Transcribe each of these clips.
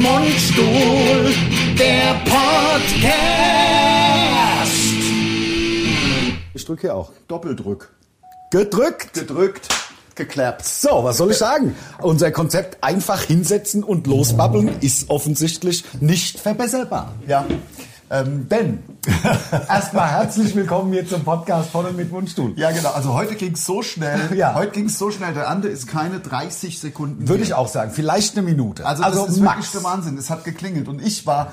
Mundstuhl, der Podcast. Ich drücke auch. Doppeldrück. Gedrückt. Gedrückt. Geklappt. So, was soll ich sagen? Unser Konzept einfach hinsetzen und losbabbeln ist offensichtlich nicht verbesserbar. Ja. Ähm, denn. Erstmal herzlich willkommen hier zum Podcast von und mit Mundstuhl. Ja, genau. Also heute ging es so schnell. Ja. Äh, Heute ging es so schnell. Der andere ist keine 30 Sekunden. Würde ich wert. auch sagen, vielleicht eine Minute. Also, das ist wirklich der Wahnsinn. Es hat geklingelt. Und ich war.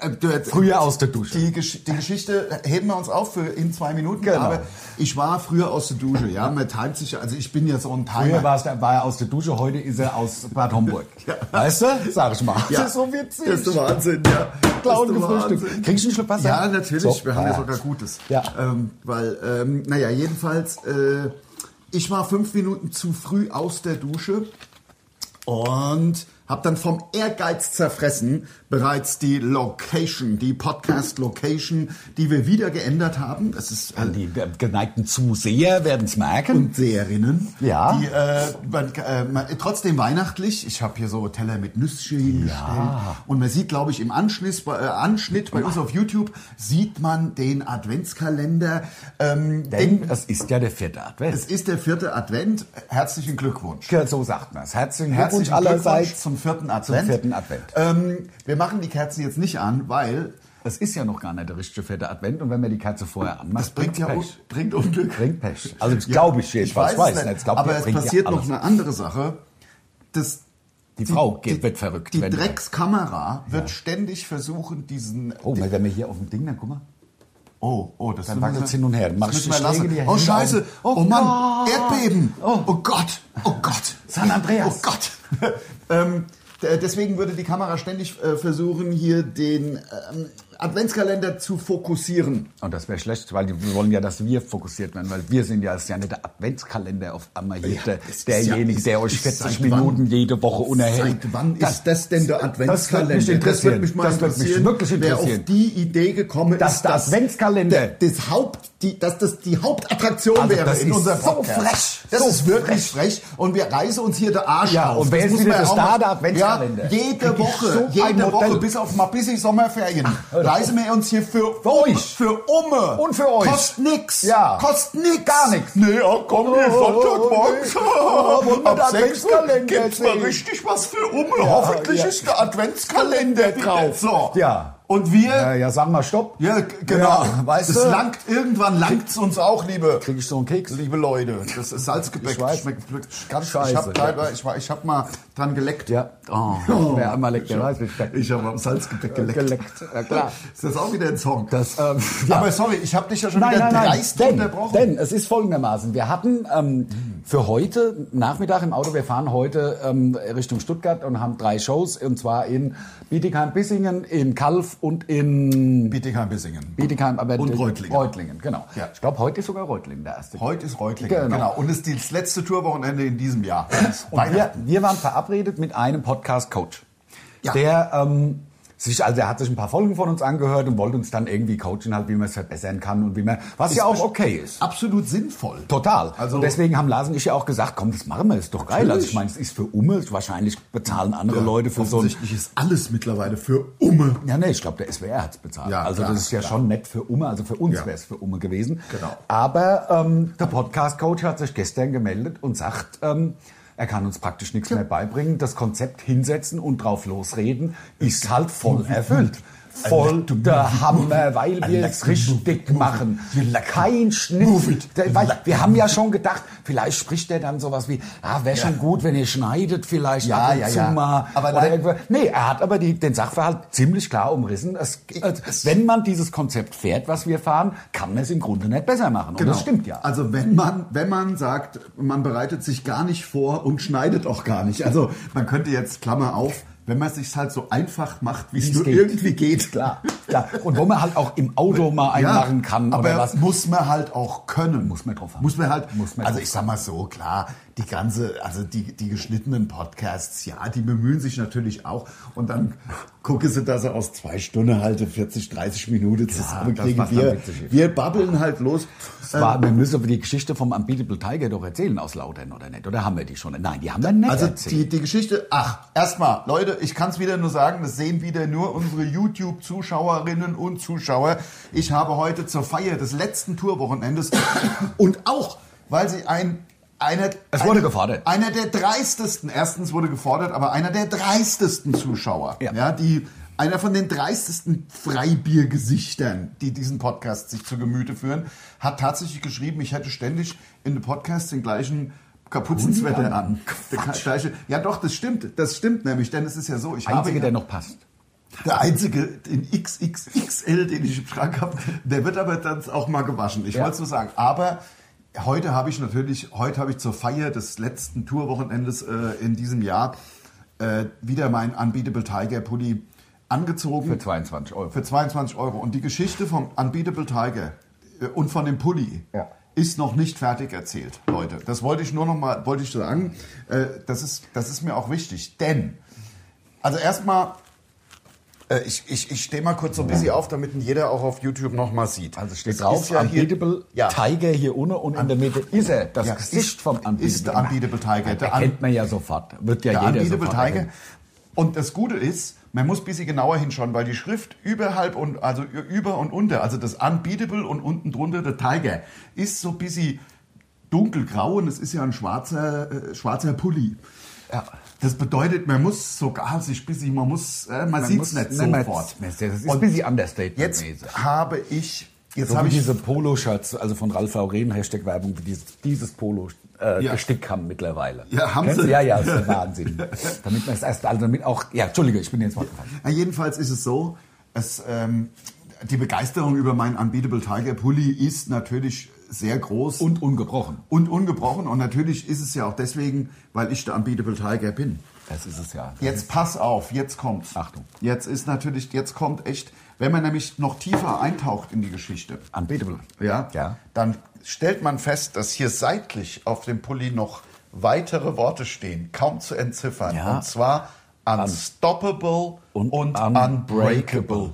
äh, d- Früher aus der Dusche. Die, Gesch die Geschichte heben wir uns auf für in zwei Minuten. Genau. Aber ich war früher aus der Dusche. Ja, man timet sich. Also ich bin ja so ein Timer. Früher war, es, war er aus der Dusche, heute ist er aus Bad Homburg. Weißt du? Sag ich mal. Ja. Das ist so witzig. Das ist der Wahnsinn, ja. Clown Das ist der gefrühstückt. Wahnsinn. Kriegst du einen Schluck Wasser? Ja, natürlich. So, Wir haben ja naja. sogar Gutes. Ja. Ähm, weil, ähm, naja, jedenfalls, äh, ich war fünf Minuten zu früh aus der Dusche und habe dann vom Ehrgeiz zerfressen bereits die Location, die Podcast-Location, die wir wieder geändert haben. Das ist äh, Die geneigten Zuseher werden es merken. und Seherinnen. Ja. Die, äh, man, äh, man, trotzdem weihnachtlich. Ich habe hier so Teller mit Nüsschen hingestellt. Und man sieht, glaube ich, im Anschnitt, äh, Anschnitt bei uns auf YouTube, sieht man den Adventskalender. Ähm, Denn es ist ja der vierte Advent. es ist der vierte Advent. Herzlichen Glückwunsch. Ja, so sagt man es. Herzlichen Glückwunsch Herzlichen Glückwunsch allerseits. zum vierten Advent. vierten Advent. Ähm, wir machen die Kerzen jetzt nicht an, weil Es ist ja noch gar nicht der richtige vierte Advent und wenn man die Kerze vorher anmacht, das bringt ja un Pech. bringt Unglück. Bringt Pech. Also das glaube ich jedenfalls. es weiß nicht. Ich glaub, aber das es bringt ja passiert noch alles. eine andere Sache. Das, Die Frau geht- wird verrückt, Die wenn- Dreckskamera wird ständig versuchen, diesen... Oh, weil wenn wir hier auf dem Ding, dann guck mal. oh, oh, das Dann müssen wir- wackelt's hin und her. Dann mach das ich müssen die wir Schläge, lassen. die Hände Oh, scheiße. auf. Oh, Oh, ja. Mann. Erdbeben. Oh. Oh. Gott. Oh Gott. San Andreas. Oh Gott. ähm, d- deswegen würde die Kamera ständig äh, versuchen, hier den ähm, Adventskalender zu fokussieren. Und das wäre schlecht, weil die wollen ja, dass wir fokussiert werden, weil wir sind ja, das ist ja nicht der Adventskalender auf einmal hier, Ja, der, es ist derjenige, ja- der euch ist- ist 40 seit wann- Minuten jede Woche unterhält. Seit wann ist das denn der Adventskalender? Das wird mich Das wird mich interessieren. mal Das wird mich interessieren, wirklich Wer interessieren. auf die Idee gekommen Dass ist, der Adventskalender- der- das Haupt, die, dass das die Hauptattraktion Also wäre das in ist unserem so Podcast. frech. Das So ist wirklich frech. Und wir reißen uns hier der Arsch Ja, auf. und wer Das ist muss wieder man der auch Star mal- der Adventskalender? Ja, jede Krieg ich Woche, so ein jede Modell. Woche, bis auf mal bis ich Sommerferien, hör doch. reißen wir uns hier für, Für um, euch. für Umme. Und für euch. Kostet nix. Ja. Kostet nix. Gar nix. Nee, oh, komm, hier, Oh, Sonntagmorgens. nee. Oh, wollen wir Ab den sechs Uhr Adventskalender gibt's mal sehen? richtig richtig was für um. ja. der Adventskalender drauf. So. Ja. Und wir. Ja, ja, sag mal Stopp. Ja, g- genau. Ja, weißt es du? langt, irgendwann langt es uns auch, liebe, Krieg ich so einen Keks? liebe Leute. Das ist Salzgebäck. Ich weiß. Schmeckt wirklich ganz Scheiße, Ich habe ja. teilweise, ich, war- ich hab mal dran geleckt. Ja. Oh. Wer einmal leckt, der Ich hab- weiß, wie es schmeckt. Äh, Ich habe am Salzgebäck geleckt. Geleckt, ja klar. Ist das auch wieder ein Song? Das, ähm, ja. Aber sorry, ich habe dich ja schon Nein, wieder nein, nein. dreist Denn, unterbrochen. denn es ist folgendermaßen. Wir hatten ähm, für heute Nachmittag im Auto, wir fahren heute ähm, Richtung Stuttgart und haben drei Shows. Und zwar in Bietigheim-Bissingen, in Kalf und in Bietigheim-Bissingen. Bietigheim. Aber Und Reutlingen. Reutlingen, genau. Ja. Ich glaube, heute ist sogar Reutlingen der erste. Heute ist Reutlingen. Genau. Und ist die- das letzte Tourwochenende in diesem Jahr. Und wir, wir waren verabredet mit einem Podcast-Coach. Ja. Der ähm, sich, also er hat sich ein paar Folgen von uns angehört und wollte uns dann irgendwie coachen, halt, wie man es verbessern kann und wie man, was ja auch okay ist. Absolut sinnvoll. Total. Also- Also und deswegen haben Lars und ich ja auch gesagt, komm, das machen wir, ist doch geil. Also ich meine, es ist für Umme, wahrscheinlich bezahlen andere Leute für so ein... Offensichtlich ist alles mittlerweile für Umme. Ja, nee, ich glaube, der SWR hat es bezahlt. Ja, also klar, das ist ja klar. schon nett für Umme, also für uns Ja. wäre es für Umme gewesen. Genau. Aber ähm, der Podcast-Coach hat sich gestern gemeldet und sagt, ähm, er kann uns praktisch nichts mehr beibringen. Das Konzept hinsetzen und drauf losreden ist halt voll erfüllt. Voll der Hammer, weil wir es richtig machen. Kein Schnitt. Der- weil Wir haben ja schon gedacht, vielleicht spricht er dann sowas wie, ah, wäre schon gut, wenn ihr schneidet vielleicht Ja, ab und ja, zu ja. mal. Aber Oder nein. irgendwas. nee, er hat aber die, den Sachverhalt ziemlich klar umrissen. Es, Also es, wenn man dieses Konzept fährt, was wir fahren, kann man es im Grunde nicht besser machen. Und das stimmt ja. Also wenn man, wenn man sagt, man bereitet sich gar nicht vor und schneidet auch gar nicht. Also man könnte jetzt, Klammer auf, wenn man es sich halt so einfach macht, wie es Wie's nur geht. irgendwie geht. Klar, klar. Und wo man halt auch im Auto mal einmachen kann aber oder was. muss man halt auch können. Muss man drauf haben. Muss man halt, Muss man also drauf ich sag mal so, klar, die ganze, also die, die geschnittenen Podcasts, ja, die bemühen sich natürlich auch und dann gucke sie, dass sie aus zwei Stunden halt 40, 30 Minuten das zusammenkriegen. macht dann Wir, witzig. wir babbeln halt los. Es war, äh, wir müssen aber die Geschichte vom Unbeatable Tiger doch erzählen aus Lautern, oder nicht? Oder haben wir die schon? Nein, die haben wir nicht Also erzählt. die, die Geschichte, ach, erstmal, Leute, ich kann es wieder nur sagen, das sehen wieder nur unsere YouTube-Zuschauerinnen und Zuschauer. Ich habe heute zur Feier des letzten Tourwochenendes und auch, weil sie ein einer, Es wurde gefordert. Einer der dreistesten, erstens wurde gefordert, aber einer der dreistesten Zuschauer. Ja. die, einer von den dreistesten Freibiergesichtern, die diesen Podcast sich zu Gemüte führen, hat tatsächlich geschrieben, ich hätte ständig in den Podcasts den gleichen Kapuzenswetter an. Der gleiche- Ja, doch, das stimmt. Das stimmt nämlich, denn es ist ja so, ich Einzige, habe der noch passt. der einzige in XXXL, den ich im Schrank habe, der wird aber dann auch mal gewaschen. Ich Ja. wollte es nur sagen. Aber heute habe ich natürlich, heute habe ich zur Feier des letzten Tourwochenendes äh, in diesem Jahr äh, wieder meinen Unbeatable Tiger Pulli angezogen. Für 22 Euro. Für 22 Euro. Und die Geschichte vom Unbeatable Tiger äh, und von dem Pulli Ja. ist noch nicht fertig erzählt, Leute. Das wollte ich nur noch mal, wollte ich sagen. Äh, das, ist, das ist mir auch wichtig, denn, also erstmal, äh, ich, ich, ich stehe mal kurz so ein bisschen auf, damit ihn jeder auch auf YouTube noch mal sieht. Also steht Es drauf, ist ja hier- Unbeatable ja. Tiger hier unten und in der Mitte ist er. Das Ja, Gesicht ist- vom Unbeatable ist der Unbeatable Tiger. Der Der kennt man ja sofort. Wird ja der jeder Anbieter sofort Tiger. erkennen. Und das Gute ist, man muss ein bisschen genauer hinschauen, weil die Schrift überhalb und also über und unter, also das Unbeatable und unten drunter der Tiger, ist so ein bisschen dunkelgrau und es ist ja ein schwarzer, äh, schwarzer Pulli. Ja. Das bedeutet, man muss sogar sich ein bisschen, man muss, äh, man, sieht muss- es nicht nein, man- sofort. Das ist Und ein bisschen Understatement. Jetzt mäßig. habe ich, jetzt So habe wie ich diese Poloshirts, also von Ralf Lauren, Hashtag Werbung, wie dieses, dieses Polo äh, Ja. Gestick haben mittlerweile. Ja, haben Kennst sie. du? Ja, ja, ist der Wahnsinn. damit man es erst, also damit auch, ja, Entschuldige, ich bin jetzt mal gefallen. Na, jedenfalls ist es so, es, ähm, die Begeisterung über meinen Unbeatable Tiger Pulli ist natürlich sehr groß und, Und ungebrochen. ungebrochen. Und natürlich ist es ja auch deswegen, weil ich der Unbeatable Tiger bin. Das ist es ja. Jetzt pass auf, jetzt kommt's. Achtung. Jetzt ist natürlich, jetzt kommt echt, wenn man nämlich noch tiefer eintaucht in die Geschichte, Unbeatable. ja, Ja. dann stellt man fest, dass hier seitlich auf dem Pulli noch weitere Worte stehen, kaum zu entziffern. Ja. Und zwar unstoppable und, Und unbreakable. unbreakable.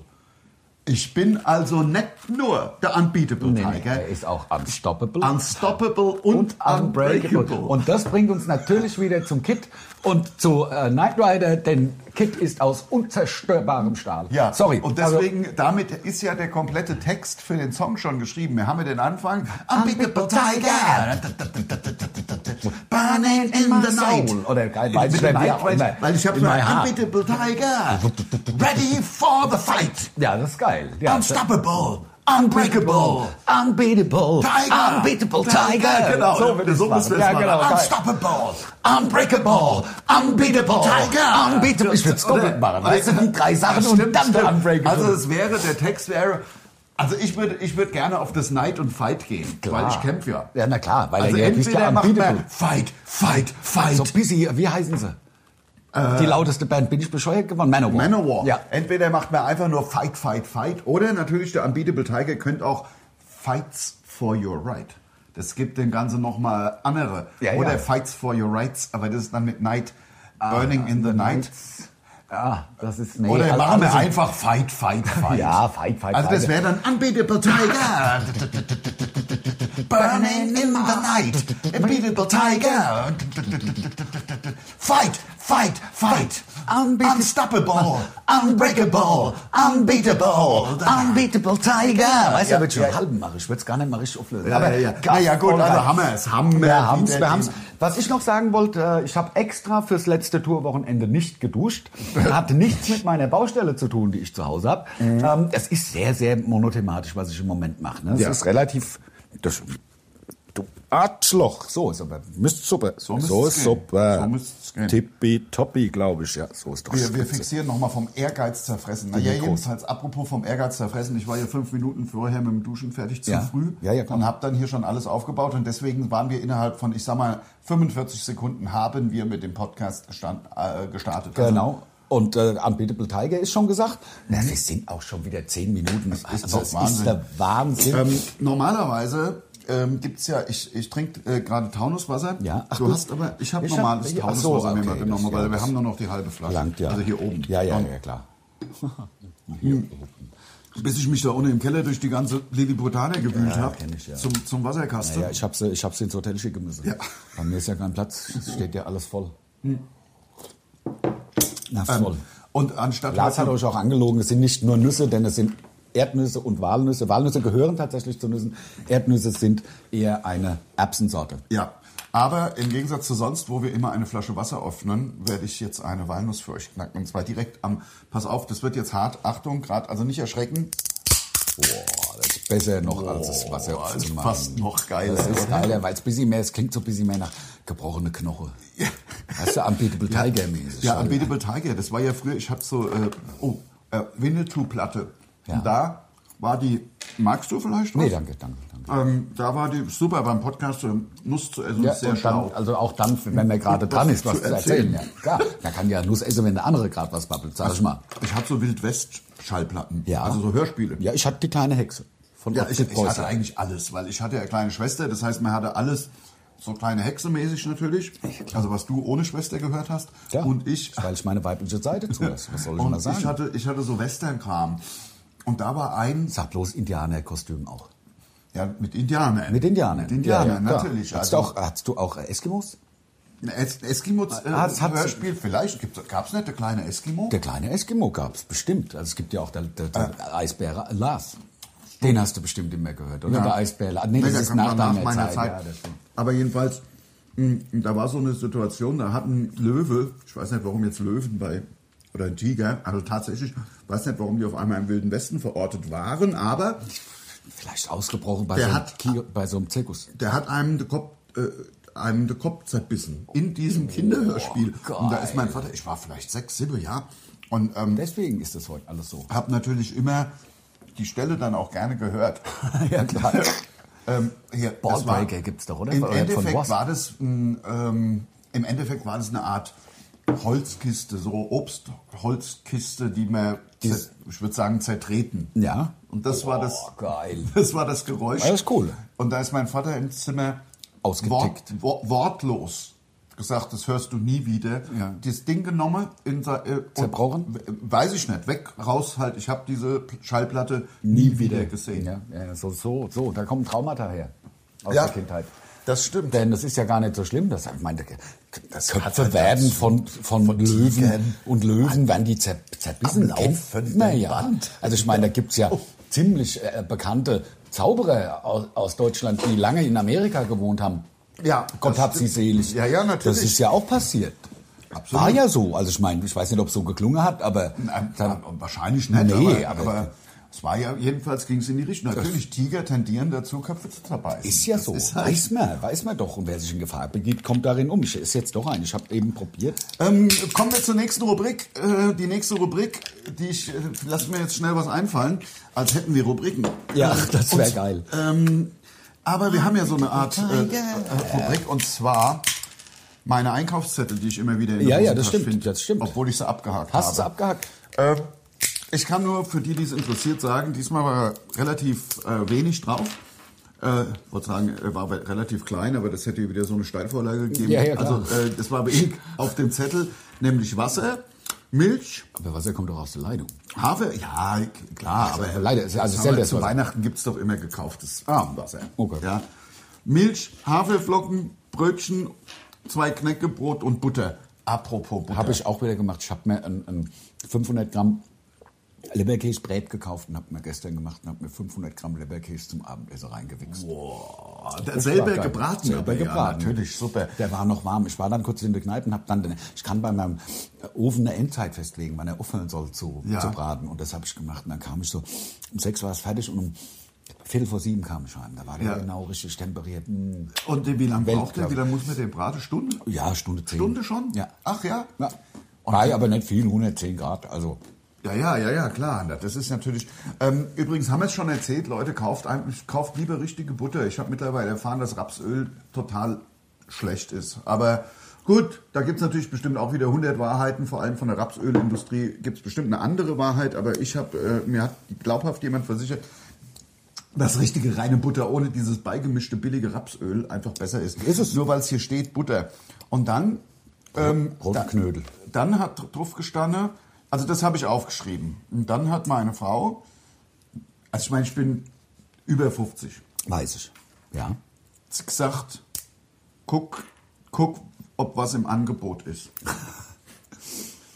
Ich bin also nicht nur der unbeatable Nee, nee, Tiger. er ist auch unstoppable. Unstoppable und, unbreakable. Und das bringt uns natürlich wieder zum Kit und zu äh, Knight Rider, denn Kit ist aus unzerstörbarem Stahl. Ja, sorry. Und Also- deswegen, damit ist ja der komplette Text für den Song schon geschrieben. Wir haben ja den Anfang. Unbeatable Tiger. Burning in the night. Oder geil, Mit dem Weinschleim, wie auch Night, immer. Weil ich habe In my heart. Unbeatable Tiger. Ready for the fight. Ja, das ist geil. Ja, Unstoppable. Unbreakable. Unbeatable. Tiger. Unbeatable Tiger. Genau, So, wenn du so müssen bist, wir es machen. Ja, genau. geil. Unstoppable. Unbreakable, unbeatable, Tiger. unbeatable. Ich würde es doppelt machen. Weißt du, die drei Sachen Ja, und dann der unbreakable. Also es wäre, der Text wäre, also ich würde ich würde gerne auf das Night und Fight gehen, weil ich kämpfe ja. Ja, na klar, weil Also er ja nicht entweder der macht unbeatable. man Fight, Fight, Fight. Äh. So busy, wie heißen sie? die lauteste Band, bin ich bescheuert geworden? Manowar. Manowar. Ja. Entweder macht man einfach nur Fight, Fight, Fight oder natürlich der Unbeatable Tiger könnte auch Fights for Your Right. Das gibt dem Ganzen nochmal andere. Ja, ja. oder Fights for Your Rights, aber das ist dann mit Night, Burning Ah, in the Night. Ja, Ah, das ist nee. Oder also machen wir alles- einfach Fight, Fight, Fight. Ja, Fight, Fight, Also das Fight. wäre dann Unbeatable Tiger. Burning in the night. Unbeatable Tiger. Fight, Fight, Fight. Unstoppable. Unbreakable. Unbeatable. Unbeatable Tiger. Weißt du, Ja, er wird schon ja. halben machen. Ich würde es gar nicht mal richtig auflösen. Ja, ja, ja. Na ja, gut, voll geil. also haben wir es, haben wir wir haben's, wieder wir haben's. diesen- Was ich noch sagen wollte, äh, ich habe extra fürs letzte Tourwochenende nicht geduscht. Hat nichts mit meiner Baustelle zu tun, die ich zu Hause habe. Mhm. Ähm, es ist sehr, sehr monothematisch, was ich im Moment mache. Ne? Es Ja. ist relativ... Das, du Arschloch. So ist aber... Müsst super. So, müsst's gehen. ist super. So müsst's gehen. Tippitoppi, glaube ich. Ja, so ist doch Wir, wir spitze. fixieren nochmal vom Ehrgeiz zerfressen. Na Die ja, Mikros. jedenfalls, apropos vom Ehrgeiz zerfressen, ich war ja fünf Minuten vorher mit dem Duschen fertig zu Ja. früh Ja, ja, klar. und habe dann hier schon alles aufgebaut und deswegen waren wir innerhalb von, ich sag mal, 45 Sekunden haben wir mit dem Podcast stand, äh, gestartet. Genau. Und äh, Unbeatable Tiger ist schon gesagt. Na, wir sind auch schon wieder zehn Minuten. Das Also ist, doch das Wahnsinn. ist der Wahnsinn. Ähm, normalerweise ähm, gibt's ja, ich, ich trinke äh, gerade Taunuswasser. Ja, ach du gut. hast aber, ich habe Ich hab- normales ja, ach so, Taunuswasser mir okay, mal genommen, das- ja, weil wir das haben nur noch die halbe Flasche. Langt ja. Also hier oben. Ja, ja, Und ja, klar. Bis ich mich da unten im Keller durch die ganze Lilliputaner gewühlt Ja, habe. kenn ich, ja. zum, zum Wasserkasten. Ja, ich habe sie, ich hab sie ins Hotel schicken müssen. Ja. Bei mir ist ja Hm. kein Platz, es steht ja alles voll. Na, voll. Und anstatt. halt Lars hat Ähm, euch auch angelogen, es sind nicht nur Nüsse, denn es sind Erdnüsse und Walnüsse. Walnüsse gehören tatsächlich zu Nüssen. Erdnüsse sind eher eine Erbsensorte. ja. Aber im Gegensatz zu sonst, wo wir immer eine Flasche Wasser öffnen, werde ich jetzt eine Walnuss für euch knacken. Und zwar direkt am. Pass auf, das wird jetzt hart. Achtung, gerade, also nicht erschrecken. Boah, das ist besser noch als das Wasser Boah, zu ist machen. fast noch geiler. Das ist oder? geiler, weil Also es bisschen mehr, es klingt so ein bisschen mehr nach gebrochene Knoche. Ja. Weißt du, Unbeatable Tiger mäßig. Ja, Unbeatable Tiger, das war ja früher, ich hab so, äh, oh, äh, Winnetou-Platte. Ja. Und da war die, magst du vielleicht was? Nee, danke, danke, danke. Ähm, da war die, super beim Podcast, äh, Nuss zu essen, Ja, ist sehr und dann, schlau. also auch dann, wenn man gerade dran ist, was zu zu erzählen. Ja, klar, man kann ja Nuss essen, wenn der andere gerade was babbelt, sag ich mal. Ich hab so Wildwest-Schallplatten, Ja. also so Hörspiele. Ja, ich hatte die kleine Hexe von Ja, ich, Ottfried ich Preußer. hatte eigentlich alles, weil ich hatte ja kleine Schwester, das heißt, man hatte alles so kleine Hexe mäßig natürlich, also was du ohne Schwester gehört hast Tja, und ich Weil ich meine weibliche Seite zulasse, was soll ich und mal sagen? ich hatte ich hatte so Westernkram und da war ein Sag bloß Indianerkostüm auch. Ja, mit Indianern. Mit Indianern. Mit Indianern, Ja, ja, klar. natürlich. Hattest, Also, du auch, hattest du auch Eskimos? ein Es Eskimos äh, Ah, das hat's- Hörspiel, vielleicht gab es nicht der kleine Eskimo. Der kleine Eskimo gab es, bestimmt. Also es gibt ja auch der, der, der Ah. Eisbär Lars. Den hast du bestimmt immer gehört, oder? Ja. Der Eisbär Lars. Nee, das der ist kam nach dann deiner Zeit. Ja, das stimmt. Aber jedenfalls, mh, da war so eine Situation, da hat ein Löwe, ich weiß nicht, warum jetzt Löwen bei, oder ein Tiger, also tatsächlich, weiß nicht, warum die auf einmal im Wilden Westen verortet waren, aber Vielleicht ausgebrochen bei, Der so, einem hat- Ki- bei so einem Zirkus. der hat einem den Kopf, äh, einem den Kopf zerbissen in Oh, diesem Kinderhörspiel. und da ist mein Vater, ich war vielleicht sechs, sieben, ja. Und ähm, Deswegen ist das heute alles so. habe natürlich immer die Stelle dann auch gerne gehört. ja, klar. ähm, hier, das war- Ballbreaker gibt's doch, oder? Im Von- Endeffekt, von Wasp. war das ein, ähm, Im Endeffekt war das eine Art Holzkiste, so Obstholzkiste, die man, zer- ich würde sagen, zertreten. Ja. Und das war das. Oh, geil. Das war das Geräusch. Ja, das ist cool. Und da ist mein Vater im Zimmer Ausgetickt. Wort, wo- wortlos gesagt, das hörst du nie wieder. Ja. Das Ding genommen, in, sa- äh, und- Zerbrochen? w- Weiß ich nicht. Weg, raus halt. Ich habe diese P- Schallplatte nie, wieder, gesehen. Ja, ja, so, so, so, da kommen Traumata her aus Ja. der Kindheit. Das stimmt. Denn das ist ja gar nicht so schlimm. Das, ich meine, das Köpfe halt werden dazu. von, von, Löwen Tigern. und Löwen werden die zer, zerbissen. Am laufenden Kennt man ja. Band. Also ich meine, da gibt es ja Oh. ziemlich äh, bekannte Zauberer aus, aus Deutschland, die lange in Amerika gewohnt haben. Ja, Gott das hab sie stimmt. selig. Ja, ja, natürlich. Das ist ja auch passiert. Absolut. War ja so. Also ich meine, ich weiß nicht, ob es so geklungen hat, aber Nein, dann, nein, wahrscheinlich nicht. Nee, aber, aber- aber, es war ja, jedenfalls ging es in die Richtung. Natürlich, Tiger tendieren dazu, Köpfe zu zerbeißen. Ist ja Das so. Ist halt, Weiß man, weiß man doch. Und wer sich in Gefahr begibt, kommt darin um. Ich ist jetzt doch ein. Ich habe eben probiert. ähm, kommen wir zur nächsten Rubrik. Äh, die nächste Rubrik, die ich, äh, lass mir jetzt schnell was einfallen, als hätten wir Rubriken. Ja, Ähm, das wär und- geil. Ähm, aber wir haben ja so eine Art äh, äh, Rubrik und zwar meine Einkaufszettel, die ich immer wieder in der Ja, ja, das Hosentasche stimmt, das stimmt. Obwohl ich sie abgehakt habe. Hast du abgehackt? Ähm, ich kann nur für die, die es interessiert, sagen, diesmal war relativ äh, wenig drauf. Äh, ich wollte sagen, er war relativ klein, aber das hätte wieder so eine Steilvorlage gegeben. Ja, ja, klar. also äh, das war wenig auf dem Zettel, nämlich Wasser, Milch, Aber Wasser kommt doch aus der Leitung. Hafer, ja, klar, aber leider, also aber seltenes zu Wasser. Oh Weihnachten gibt's doch immer gekauftes Wasser. okay. Ja. Milch, Haferflocken, Brötchen, zwei Knäcke, Brot und Butter. Apropos Butter. Habe ich auch wieder gemacht. Ich habe mir ein, ein 500 Gramm Leberkäsebrät gekauft und habe mir gestern gemacht und habe mir 500 Gramm Leberkäse zum Abendessen reingewichst. Der selber war geil. gebraten, Selber aber gebraten. Ja, natürlich, super. Der war noch warm. Ich war dann kurz in der Kneipe und habe dann, den- ich kann bei meinem Ofen eine Endzeit festlegen, wann er aufhören soll zu, Ja. zu braten. Und das habe ich gemacht. Und dann kam ich so, um sechs war es fertig und um Viertel vor sieben kam ich heim. Da war der Ja. genau richtig temperiert. Mm. Und den, wie lange braucht Weltklasse. der? Wie lange muss man den braten? Stunde? Ja, Stunde zehn. Stunde schon? Ja. Ach ja? ja. Nein, aber nicht viel, 110 Grad. Also, Ja, ja, ja, ja, klar. Na, Das ist natürlich. Ähm, übrigens haben wir es schon erzählt, Leute, kauft, ein- kauft lieber richtige Butter. Ich habe mittlerweile erfahren, dass Rapsöl total schlecht ist. Aber gut, da gibt es natürlich bestimmt auch wieder 100 Wahrheiten. Vor allem von der Rapsölindustrie gibt es bestimmt eine andere Wahrheit. Aber ich habe, äh, mir hat glaubhaft jemand versichert, dass richtige reine Butter ohne dieses beigemischte billige Rapsöl einfach besser ist. Ist es. Nur weil es hier steht, Butter. Und dann ähm, Rotknödel. dann hat drauf gestanden, Also das habe ich aufgeschrieben. Und dann hat meine Frau, also ich meine, ich bin über 50, Weiß ich. Ja. sie gesagt, guck, guck, ob was im Angebot ist.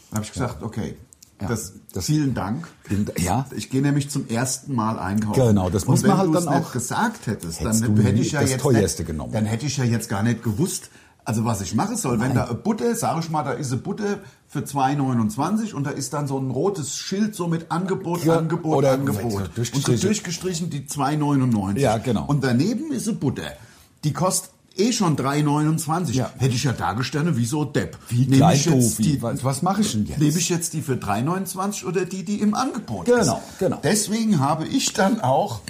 dann habe ich gesagt, okay, Ja, das, das- vielen Dank. Vielen Da- ja. Ich gehe nämlich zum ersten Mal einkaufen. Genau, das muss Und wenn man halt du es dann nicht auch- gesagt hättest, dann Hättest du hätte ich ja das jetzt Teuerste nicht, genommen. Dann hätte ich ja jetzt gar nicht gewusst, also was ich machen soll. Wenn da eine Butter, sage ich mal, da ist eine Butter für 2,29 und da ist dann so ein rotes Schild so mit Angebot, Ja, Angebot, oder Angebot. so Und so durchgestrichen. durchgestrichen die 2,99. Ja, genau. Und daneben ist eine Butter. Die kostet eh schon 3,29. Ja. Hätte ich ja da gestanden, wie so Depp. Wie Nehm klein ich jetzt Tobi. die- Was, was mache ich denn jetzt? Nehme ich jetzt die für 3,29 oder die, die im Angebot ist? Genau, genau. Deswegen habe ich dann auch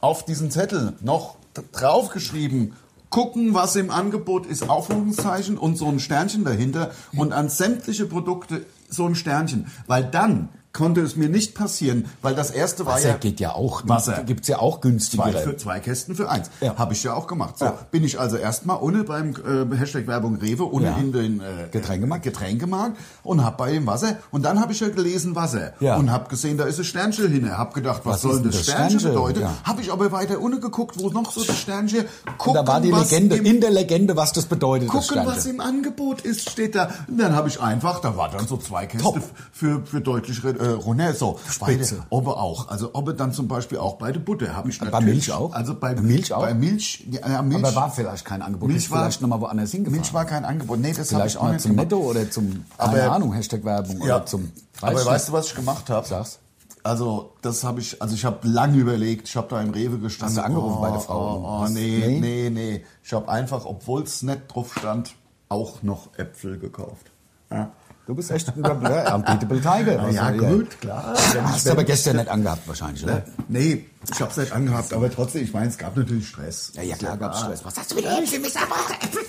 auf diesen Zettel noch d- draufgeschrieben, gucken, was im Angebot ist, Aufrufungszeichen und so ein Sternchen dahinter und an sämtliche Produkte so ein Sternchen. Weil dann konnte es mir nicht passieren, weil das erste war Wasser ja... geht ja auch. Wasser. Gibt es ja auch Zwei, günstigere. für, zwei Kästen für eins. Ja. Habe ich ja auch gemacht. So, Ja. bin ich also erstmal ohne beim äh, Hashtag Werbung Rewe, ohne Ja. in den äh, Getränkemarkt. Getränkemarkt und hab bei dem Wasser. Und dann habe ich ja gelesen Wasser. Ja. Und hab gesehen, da ist ein Sternchen hin. Hab gedacht, was, Was soll ist denn denn das das Sternchen, Sternchen? bedeuten? Ja. Habe ich aber weiter ohne geguckt, wo noch so das Sternchen. Und Gucken, da war die was Legende, im- in der Legende, was das bedeutet. das Gucken, stand was da. im Angebot ist, steht da. Und dann habe ich einfach, da war dann so zwei Käste Top. f- für, für deutlich re- äh, runter. So, Spitze. Beide, Obbe auch. Also Obbe dann zum Beispiel auch bei der Butter habe ich Bei natürlich- Milch auch? Also bei Bei Milch auch? Bei Milch, ja, ja, Milch, Aber war vielleicht kein Angebot. Milch Ist war- vielleicht nochmal woanders hingefahren. Milch war kein Angebot. Nee, das habe vielleicht ich auch mal nicht zum gemacht. Netto oder zum, keine Aber- Ahnung, Hashtag Werbung Ja, oder zum... aber ich weißt du, nicht. was ich gemacht habe? Sag's. Also, das habe ich, also ich habe lange überlegt, ich habe da im Rewe gestanden. Hast du angerufen oh, bei der Frau? Oh, oh Was? nee, Nee? nee, nee. Ich habe einfach, obwohl es nicht drauf stand, auch noch Äpfel gekauft. Ja. Du bist echt ein blöder, unbeatable Tiger. Na ja, Also, gut, klar. Wenn ich- Hast du aber gestern nicht angehabt wahrscheinlich, oder? Nee, ich hab's nicht angehabt, aber trotzdem, ich meine, es gab natürlich Stress. Ja, ja klar gab's Stress. Was hast du wieder Äpfel, Mr. Brauche Äpfel.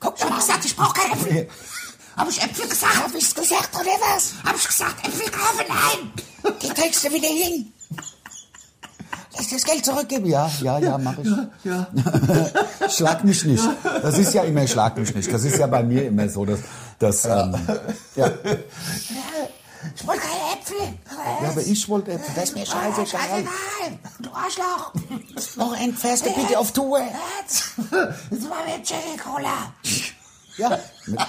Guck schon, ich gesagt, ich brauche keine Äpfel. Hab ich Äpfel gesagt? Hab ich's gesagt, oder was? Hab ich gesagt, Äpfel kaufen? Nein! Die trägst du wieder hin. Lass das Geld zurückgeben. Ja, ja, ja, mach ich. Ja. Schlag mich nicht. Das ist ja immer Schlag mich nicht. Das ist ja bei mir immer so, dass... dass ähm, ja. Ich wollte keine Äpfel. ja, aber ich wollte... jetzt- Das ist mir scheißegal. Nein, du Arschloch. Wochenende fährst du bitte auf Tour. Jetzt. Jetzt mal mit Cherry Cola. Ja,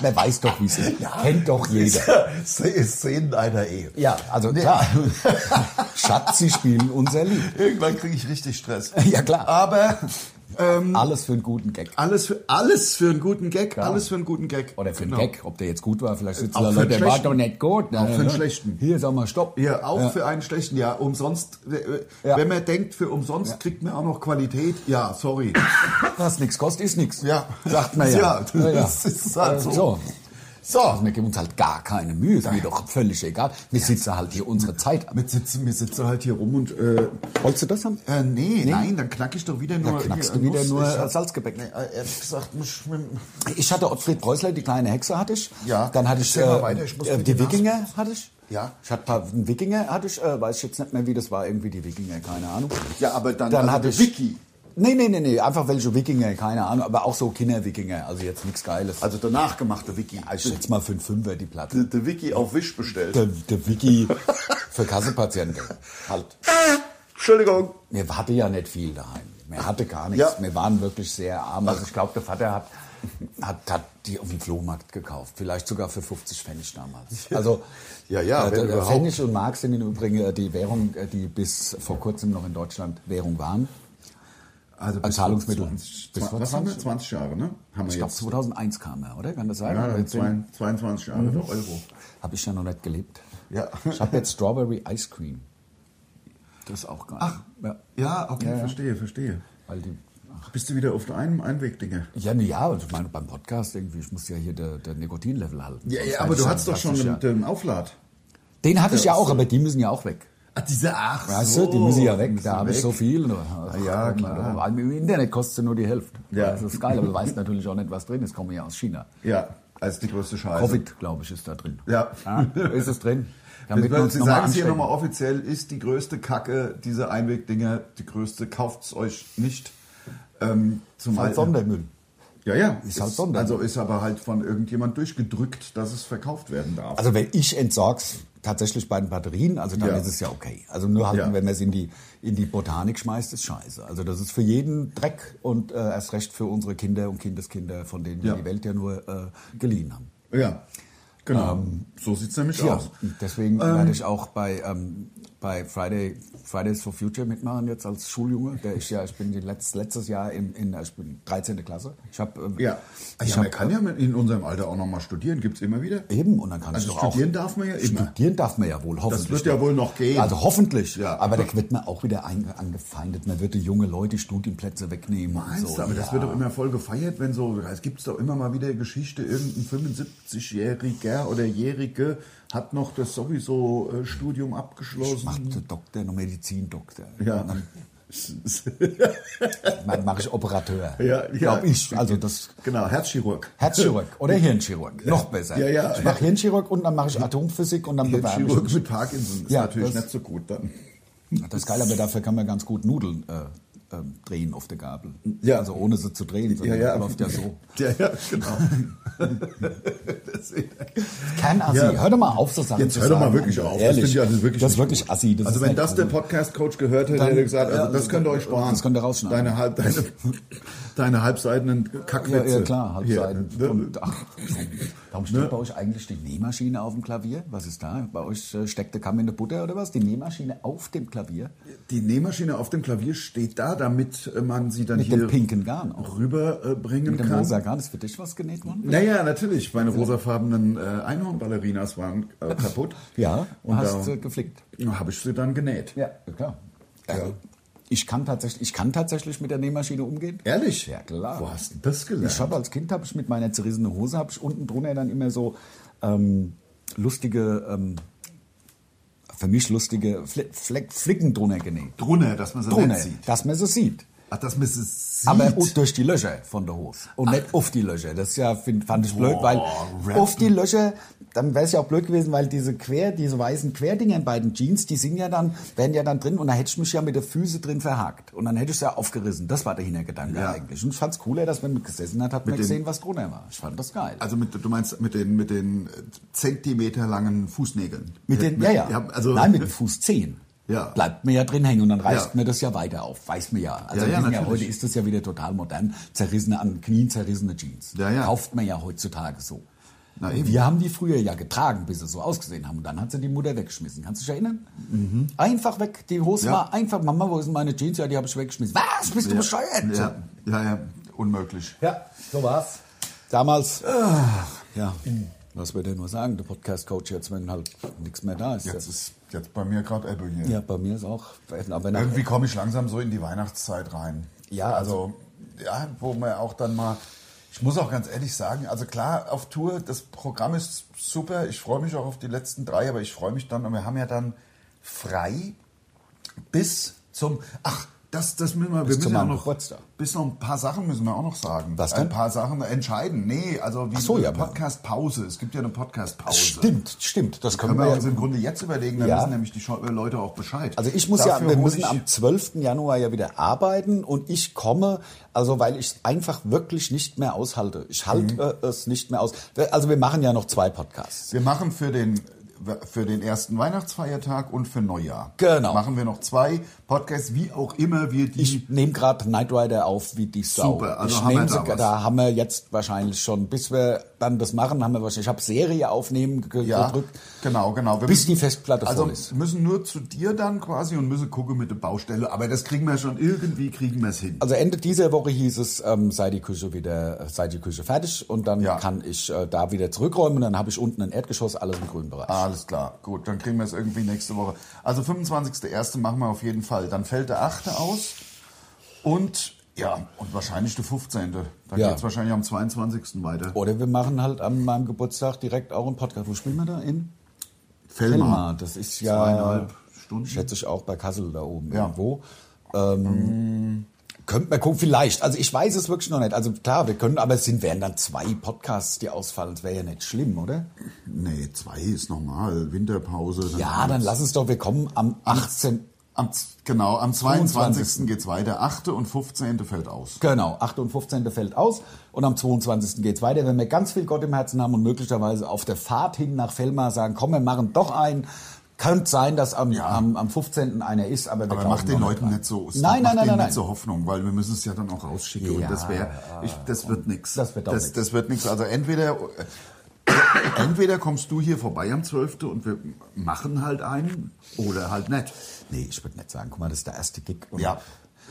man weiß doch, wie es ist. Kennt doch jeder. Szenen einer Ehe. Ja, also klar. Schatz, sie spielen unser Lied. Irgendwann kriege ich richtig Stress. Ja, klar. Aber ähm, Alles für einen guten Gag. alles, für, alles für einen guten Gag, alles für einen guten Gag. Oder für einen Genau. Gag, ob der jetzt gut war. Vielleicht sitzen Auch da für Leute, einen der war schlechten. doch nicht gut. Ne? Auch für einen schlechten. Hier, sag mal, stopp. Ja, auch Ja. für einen schlechten, ja, umsonst. äh, Ja. Wenn man denkt, für umsonst kriegt man auch noch Qualität. Ja, sorry. Was nix kostet, ist nix. Ja. Sagt man ja. Äh, Ja, das ist halt so. So, also wir geben uns halt gar keine Mühe, ist mir doch völlig egal. Wir sitzen halt hier unsere Zeit ab. Mit sitzen, wir sitzen halt hier rum und äh, Wolltest du das haben? Äh, nee, nein, dann knack ich doch wieder nur. knackst hier, du wieder Nuss. nur, Ich hab- äh, Salzgebäck. Nee, äh, ehrlich gesagt, mich mit, Ich hatte Ottfried Preußler, die kleine Hexe hatte ich. Ja. Dann hatte ich, Erzähl mal äh, weiter, ich muss äh, mit die dir Wikinger hatte ich. Ja. Ich hatte ein paar einen Wikinger hatte ich, äh, weiß ich jetzt nicht mehr, wie das war, irgendwie die Wikinger, keine Ahnung. Ja, aber dann- dann also hatte die ich Wiki. Nee, nee, nee, nee, einfach welche Wikinger, keine Ahnung, aber auch so Kinder-Wikinger, also jetzt nichts Geiles. also der nachgemachte Wiki. ich schätze mal für einen Fünfer die Platte. der, der Wiki auf Wisch bestellt. Der, der Wiki für Kassepatienten. Halt. Entschuldigung. Wir hatten ja nicht viel daheim. Wir hatte gar nichts. Ja. Wir waren wirklich sehr arm. Also ich glaube, der Vater hat, hat, hat die auf dem Flohmarkt gekauft. Vielleicht sogar für 50 Pfennig damals. Also Ja, ja, äh, wenn der- der überhaupt. Pfennig und Mark sind im Übrigen äh, die Währung, äh, die bis vor kurzem noch in Deutschland Währung waren. Also Als Zahlungsmittel. 20, Bis vor was haben wir? 20? 20 Jahre, ne? Haben wir Ich glaube, jetzt. 2001 kam er, oder? Kann das sein? Ja, Oder dann jetzt bin- Mhm. 22 Jahre der Euro. Hab ich ja noch nicht gelebt. Ja. Ich habe jetzt Strawberry Ice Cream. Das ist auch geil. Ach. ja. Ja, okay, Ja, ja. verstehe, verstehe. Weil die Bist du wieder auf einem Einweg, Dinge? Ja, ne, ja, ich meine, beim Podcast irgendwie, ich muss ja hier der, der Nikotinlevel halten. Ja, Sonst ja, hätte aber ich du ja hattest doch schon praktisch den, den Auflad. Ja. Den hatte ich ja Ja, auch, so. aber die müssen ja auch weg. Ach, Ah, diese Ach Weißt du, die müssen ja weg, müssen da habe ich weg. Ah, so viel. Ach, ja, klar. doch, Im Internet kostet sie nur die Hälfte. Ja. Das ist geil, aber du weißt natürlich auch nicht, was drin ist. Kommen ja aus China. Ja, als die größte Scheiße. Covid, glaube ich, ist da drin. Also. Ah, Ja. ist es drin? Damit wir uns Sie noch mal sagen es hier anstecken. nochmal offiziell, ist die größte Kacke, diese Einwegdinger, die größte, kauft es euch nicht. Ähm, zumal, Als Sondermüll. Ja, ja. Ist halt Sondermüll. Also ist aber halt von irgendjemand durchgedrückt, dass es verkauft werden darf. Also wenn ich entsorg's tatsächlich bei den Batterien, also dann Ja. ist es ja okay. Also nur halt, Ja. wenn man es in die, in die Botanik schmeißt, ist scheiße. Also das ist für jeden Dreck und äh, erst recht für unsere Kinder und Kindeskinder, von denen Ja. wir die Welt ja nur äh, geliehen haben. ja, genau. so sieht's nämlich Ja, aus. deswegen Ähm. werde ich auch bei, ähm, bei Friday, Fridays for Future mitmachen jetzt als Schuljunge. Der ich ja, ich bin die letzt, letztes Jahr in, in ich bin 13. Klasse. Ich habe Ja, Ah ich ja man hab, kann ja mit- in unserem Alter auch nochmal studieren, gibt's immer wieder. eben und dann kann Also ich doch studieren auch, darf man ja immer. Studieren darf man ja wohl hoffentlich. wird ja noch. wohl noch gehen. Also hoffentlich. Ja. Aber da wird man auch wieder ein, angefeindet. Man wird die junge Leute Studienplätze wegnehmen. und Meinst so. du, aber das wird doch immer voll gefeiert, wenn so, es gibt doch immer mal wieder Geschichte, irgendein 75-Jähriger oder Jährige hat noch das sowieso äh, Studium Ich mach abgeschlossen. den Doktor, noch Medizindoktor. Ja. Und Dann mache ich Operateur. Ja, ja. Glaub ich. Also das genau, Herzchirurg. Herzchirurg oder Hirnchirurg. Noch besser. Ja, ja. Ich mache Hirnchirurg und dann mache ich Atomphysik und dann bewerbe ich Herzchirurg mich. mit Parkinson ist Ja, natürlich das- nicht so gut dann. Das ist geil, aber dafür kann man ganz gut Nudeln äh, ähm, drehen auf der Gabel. Ja. Also ohne sie zu drehen. Ja, sondern ja. Läuft ja so. Ja, ja, genau. Deswegen. Kein Assi. Ja. Hör doch mal auf, so Sachen Jetzt zu hör doch mal sagen. wirklich auf. Ehrlich. Das finde ich also wirklich das ist nicht wirklich gut. Assi. Das also ist halt wenn nicht das cool. der Podcast-Coach gehört hätte, Dann- hätte er gesagt, also ja, das könnt ihr euch sparen. das könnt ihr rausschneiden. Deine, halb, deine, deine halbseidenen Ja, Kackwitze. ja klar, Halbseiten. Hier, ne? Und, ach, warum steht bei euch eigentlich die Nähmaschine auf dem Klavier? Was ist da? Bei euch äh, steckt der Kamm in der Butter oder was? Die Nähmaschine auf dem Klavier? Die Nähmaschine auf dem Klavier steht da, damit äh, man sie dann Mit hier dem pinken Garn auch. rüberbringen Mit dem kann. rosa Garn ist für dich was genäht worden? Naja, natürlich. Meine rosafarbenen äh, Einhornballerinas waren äh, kaputt. Ja, Und hast da äh, geflickt. habe ich sie dann genäht. Ja, klar. Also, Ja. Ich kann, tatsächlich, ich kann tatsächlich mit der Nähmaschine umgehen. Ehrlich? Ja, klar. Wo hast du das gelernt? Ich habe als Kind habe ich mit meiner zerrissenen Hose habe ich unten drunter dann immer so ähm, lustige, ähm, für mich lustige Fle Fleck Flicken drunter genäht. drunter, dass man sie Drunter, nicht sieht. dass man sie sieht. Ach, dass man sie sieht. Aber u- durch die Löcher von der Hose. Und nicht auf die Löcher. Das ist ja, find, fand ich blöd, weil Rappen. auf die Löcher, dann wäre es ja auch blöd gewesen, weil diese quer, diese weißen Querdinger in beiden Jeans, die sind ja dann, wären ja dann drin und da hätte ich mich ja mit der Füße drin verhakt. Und dann hätte ich es ja aufgerissen. Das war der Hintergedanke Ja. eigentlich. Und ich fand es cooler, dass wenn man gesessen hat, hat man den- gesehen, was drunter war. Ich fand das geil. Also mit, du meinst mit den mit den äh, zentimeterlangen Fußnägeln. mit den, ja, ja. also Nein, mit dem Fuß 10. Ja. Bleibt mir ja drin hängen und dann reißt Ja. mir das ja weiter auf. Weiß mir ja. Also Ja, ja, wir sind ja, natürlich. heute ist das ja wieder total modern. Zerrissene an den Knien, zerrissene Jeans. Ja, ja. Kauft man ja heutzutage so. Na eben. Wir haben die früher ja getragen, bis sie so ausgesehen haben. Und dann hat sie die Mutter weggeschmissen. Kannst du dich erinnern? Einfach weg. Die Hose Mhm. Ja. war einfach, Mama, wo sind meine Jeans? Ja, die habe ich weggeschmissen. Was? Bist du bescheuert? Ja, ja, ja, unmöglich. Ja, so war's. Damals. Ah. Ja. Was will der nur sagen, der Podcast-Coach, jetzt, wenn halt nichts mehr da ist? Jetzt ist jetzt bei mir gerade Ebbe hier. Ja, bei mir ist auch. Aber nach, Irgendwie komme ich langsam so in die Weihnachtszeit rein. Ja, also, ja, wo man auch dann mal. Ich muss auch ganz ehrlich sagen, also klar, auf Tour, das Programm ist super. Ich freue mich auch auf die letzten drei, aber ich freue mich dann und wir haben ja dann frei bis zum. Ach, das, das müssen wir. wir müssen zu ja meinem noch, Geburtstag. Bis noch ein paar Sachen müssen wir auch noch sagen. Äh, Was denn? Ein paar Sachen entscheiden. Nee, also wie Ach so, ja, aber- Podcast-Pause. Es gibt ja eine Podcast-Pause. stimmt, stimmt. Das können Können wir wir. uns im Grunde jetzt überlegen, dann Ja. wissen nämlich die Scheu- Leute auch Bescheid. Also ich muss Dafür ja, wir hole müssen ich- am 12. Januar ja wieder arbeiten und ich komme, also weil ich es einfach wirklich nicht mehr aushalte. Ich halte äh, Mhm. es nicht mehr aus. Wir- Also wir machen ja noch zwei Podcasts. Wir machen für den, für den ersten Weihnachtsfeiertag und für Neujahr. Genau. Machen wir noch zwei Podcasts, wie auch immer wir die. Ich nehme gerade Knight Rider auf wie die Sau. Mhm. Super, also ich haben wir nehm da sogar- was. da haben wir jetzt wahrscheinlich schon, bis wir dann das machen, haben wir wahrscheinlich, ich habe Serie aufnehmen ge ja, gedrückt. genau, genau. Wir Bis die Festplatte also voll ist. müssen nur zu dir dann quasi und müssen gucken mit der Baustelle. Aber das kriegen wir schon, irgendwie kriegen wir es hin. Also Ende dieser Woche hieß es, ähm, sei die Küche wieder, äh, sei die Küche fertig und dann Ja. kann ich äh, da wieder zurückräumen und dann habe ich unten ein Erdgeschoss, alles im grünen Bereich. Alles klar, gut, dann kriegen wir es irgendwie nächste Woche. Also 25.01. machen wir auf jeden Fall. Dann fällt der 8. aus und ja, und wahrscheinlich der 15. Dann Ja. geht es wahrscheinlich am 22. weiter. Oder wir machen halt an meinem Geburtstag direkt auch einen Podcast. Wo spielen wir da? In Helmar. Das ist ja, Zweieinhalb Stunden. schätze ich auch, bei Kassel da oben Ja. irgendwo. Ähm, Könnte man gucken, vielleicht. Also ich weiß es wirklich noch nicht. Also klar, wir können, aber es sind, wären dann zwei Podcasts, die ausfallen. Das wäre ja nicht schlimm, oder? Nee, zwei ist normal. Winterpause. Also Ja, dann lass uns doch, wir kommen am 18. Am, z- genau, am 22. geht's weiter. 8. und 15. fällt aus. Genau, 8. und 15. fällt aus und am 22. geht's weiter. Wenn wir ganz viel Gott im Herzen haben und möglicherweise auf der Fahrt hin nach Fellmar sagen, komm, wir machen doch einen, könnte sein, dass am, am, am 15. einer ist, aber wir Aber glauben macht den noch Leuten dran. nicht so, Nein, macht nein, nein, denen nein, nicht nein. so Hoffnung, weil wir müssen es ja dann auch rausschicken Ja, äh, und das wäre, ich, das wird nix. das wird auch das, nix. das wird nix. Also entweder, äh, entweder kommst du hier vorbei am 12. und wir machen halt einen oder halt nicht. Nee, ich würde nicht sagen, guck mal, das ist der erste Gig. Und Ja,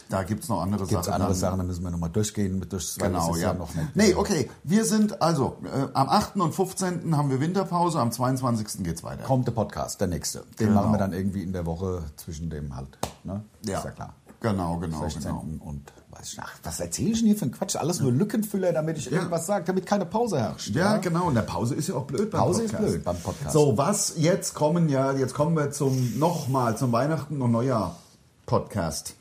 da gibt's noch andere Gibt es Sachen. andere dann. Sachen, da müssen wir nochmal durchgehen. Mit durch, weil Genau, das ist ja. noch nicht- nee, okay. Wir sind also äh, am 8. und 15. haben wir Winterpause, am 22. geht's weiter. Kommt der Podcast, der nächste. Den Genau. machen wir dann irgendwie in der Woche zwischen dem halt. Ne? Ist ja klar. Genau, genau, 16. genau. und weiß ich, ach, was erzähle ich denn hier für ein Quatsch? Alles nur Lückenfüller, damit ich irgendwas sage, damit keine Pause herrscht. Ja, genau. Und der Pause ist ja auch blöd beim Pause ist Podcast. blöd beim Podcast. So, was jetzt kommen ja, jetzt kommen wir zum nochmal zum Weihnachten und Neujahr Podcast.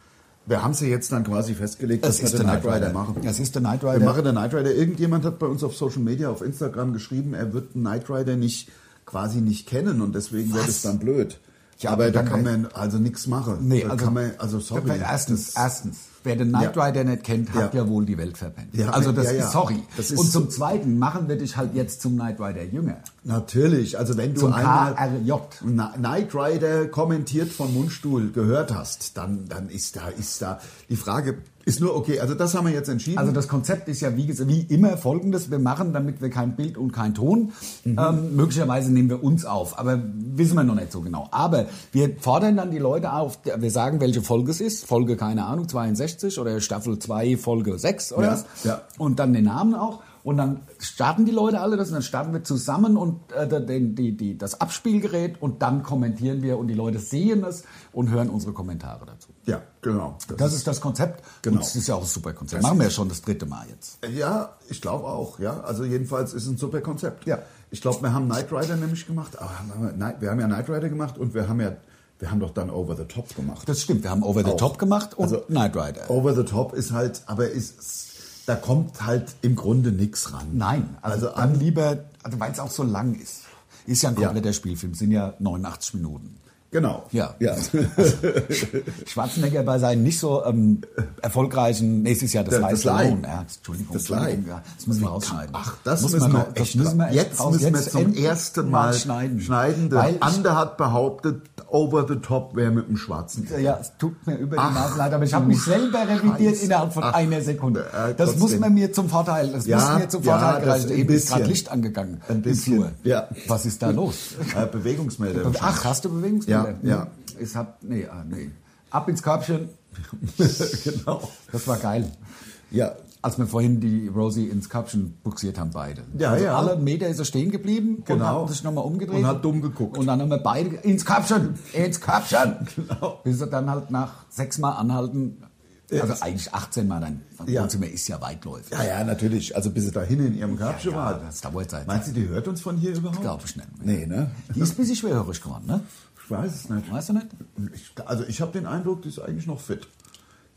Wir haben es ja jetzt dann quasi festgelegt, Es ist wir der den Knight Knight Rider. machen. Es ist der Knight Rider. Wir machen den Knight Rider. Irgendjemand hat bei uns auf Social Media, auf Instagram geschrieben, er wird den Knight Rider nicht quasi nicht kennen und deswegen wird es dann blöd. Ja, aber da dann- halt kann man also nichts machen. Nee, da also- kann man, also sorry. erstens, das- erstens, wer den Knight Ja. Rider nicht kennt, hat Ja. ja, wohl die Welt verpennt. Ja, also das ja, ja. ist sorry. Das ist- und zum Zweiten machen wir dich halt jetzt zum Knight Rider Jünger. Natürlich, also wenn du Zum einmal KRJ. Na- Knight Rider kommentiert von Mundstuhl gehört hast, dann, dann ist da, ist da. Die Frage ist nur, okay, also das haben wir jetzt entschieden. Also das Konzept ist ja wie, gesagt- wie immer folgendes, wir machen, damit wir kein Bild und kein Ton, Mhm. ähm, möglicherweise nehmen wir uns auf, aber wissen wir noch nicht so genau. Aber wir fordern dann die Leute auf, wir sagen, welche Folge es ist, Folge, keine Ahnung, 62 oder Staffel 2, Folge 6 oder Ja, was, ja. und dann den Namen auch. Und dann starten die Leute alle das und dann starten wir zusammen und äh, den, die, die, das Abspielgerät und dann kommentieren wir und die Leute sehen es und hören unsere Kommentare dazu. ja, genau. Das ist das Konzept. Genau. Und das ist ja auch ein super Konzept. Das Machen wir ja schon das dritte Mal jetzt. ja, ich glaube auch, ja. Also jedenfalls ist ein super Konzept. Ja. Ich glaube, wir haben Knight Rider nämlich gemacht, aber haben wir, Knight- wir haben ja Knight Rider gemacht und wir haben ja, wir haben doch dann Over the Top gemacht. Das stimmt, wir haben Over the Auch. Top gemacht und Also, Knight Rider. Over the Top ist halt, aber ist, da kommt halt im Grunde nichts ran. Nein, also, also dann an- lieber, also weil es auch so lang ist. Ist ja ein Ja. kompletter Spielfilm, sind ja 89 Minuten. Genau. Ja. ja. Schwarzenegger bei seinen nicht so ähm, erfolgreichen, nee, es ist ja das, Das- Live. das Live. Ja, Entschuldigung. Das Live. Entschuldigung, Ja, das müssen wir rausschneiden. Ach, das Muss müssen man wir noch- echt, das müssen wir echt jetzt raus- müssen wir jetzt zum endlich ersten Mal schneiden. schneiden. Der Weil ich- Ander hat behauptet, over the top wäre mit dem schwarzen. Ja, es tut mir über die Ach, Maßen leid, aber ich du habe mich selber revidiert Scheiß. innerhalb von Ach, einer Sekunde. äh, Das trotzdem. muss man mir zum Vorteil, das Ja, muss mir zum ja, Vorteil das gereicht. ein Eben ist gerade bisschen. Licht angegangen. Ein im bisschen, Flur. ja. Was ist da los? Äh, Bewegungsmelder. Ach, hast du Bewegungsbilder? Ja, ja. Ich hab, nee, ah, nee. Ab ins Körbchen. wahrscheinlich. genau. Das war geil. Ja. Als wir vorhin die Rosie ins Körbchen buxiert haben, beide. Ja, also ja. Alle Meter ist er stehen geblieben und Genau. hat sich nochmal umgedreht. Und hat dumm geguckt. Und dann haben wir beide ge- ins Körbchen, ins Körbchen. Genau. Bis er dann halt nach sechs Mal anhalten, also eigentlich 18 Mal, dann Ja. Wohnzimmer ist ja weitläufig. Ja, ja, natürlich. Also bis sie dahin in ihrem Grabchen Ja, ja, war. das dauert Zeit. Meinst du, die hört uns von hier überhaupt? Glaube ich nicht. Nee, ne? Die ist ein bisschen schwerhörig geworden, ne? Ich weiß es nicht. Weißt du nicht? Ich, also ich habe den Eindruck, die ist eigentlich noch fit.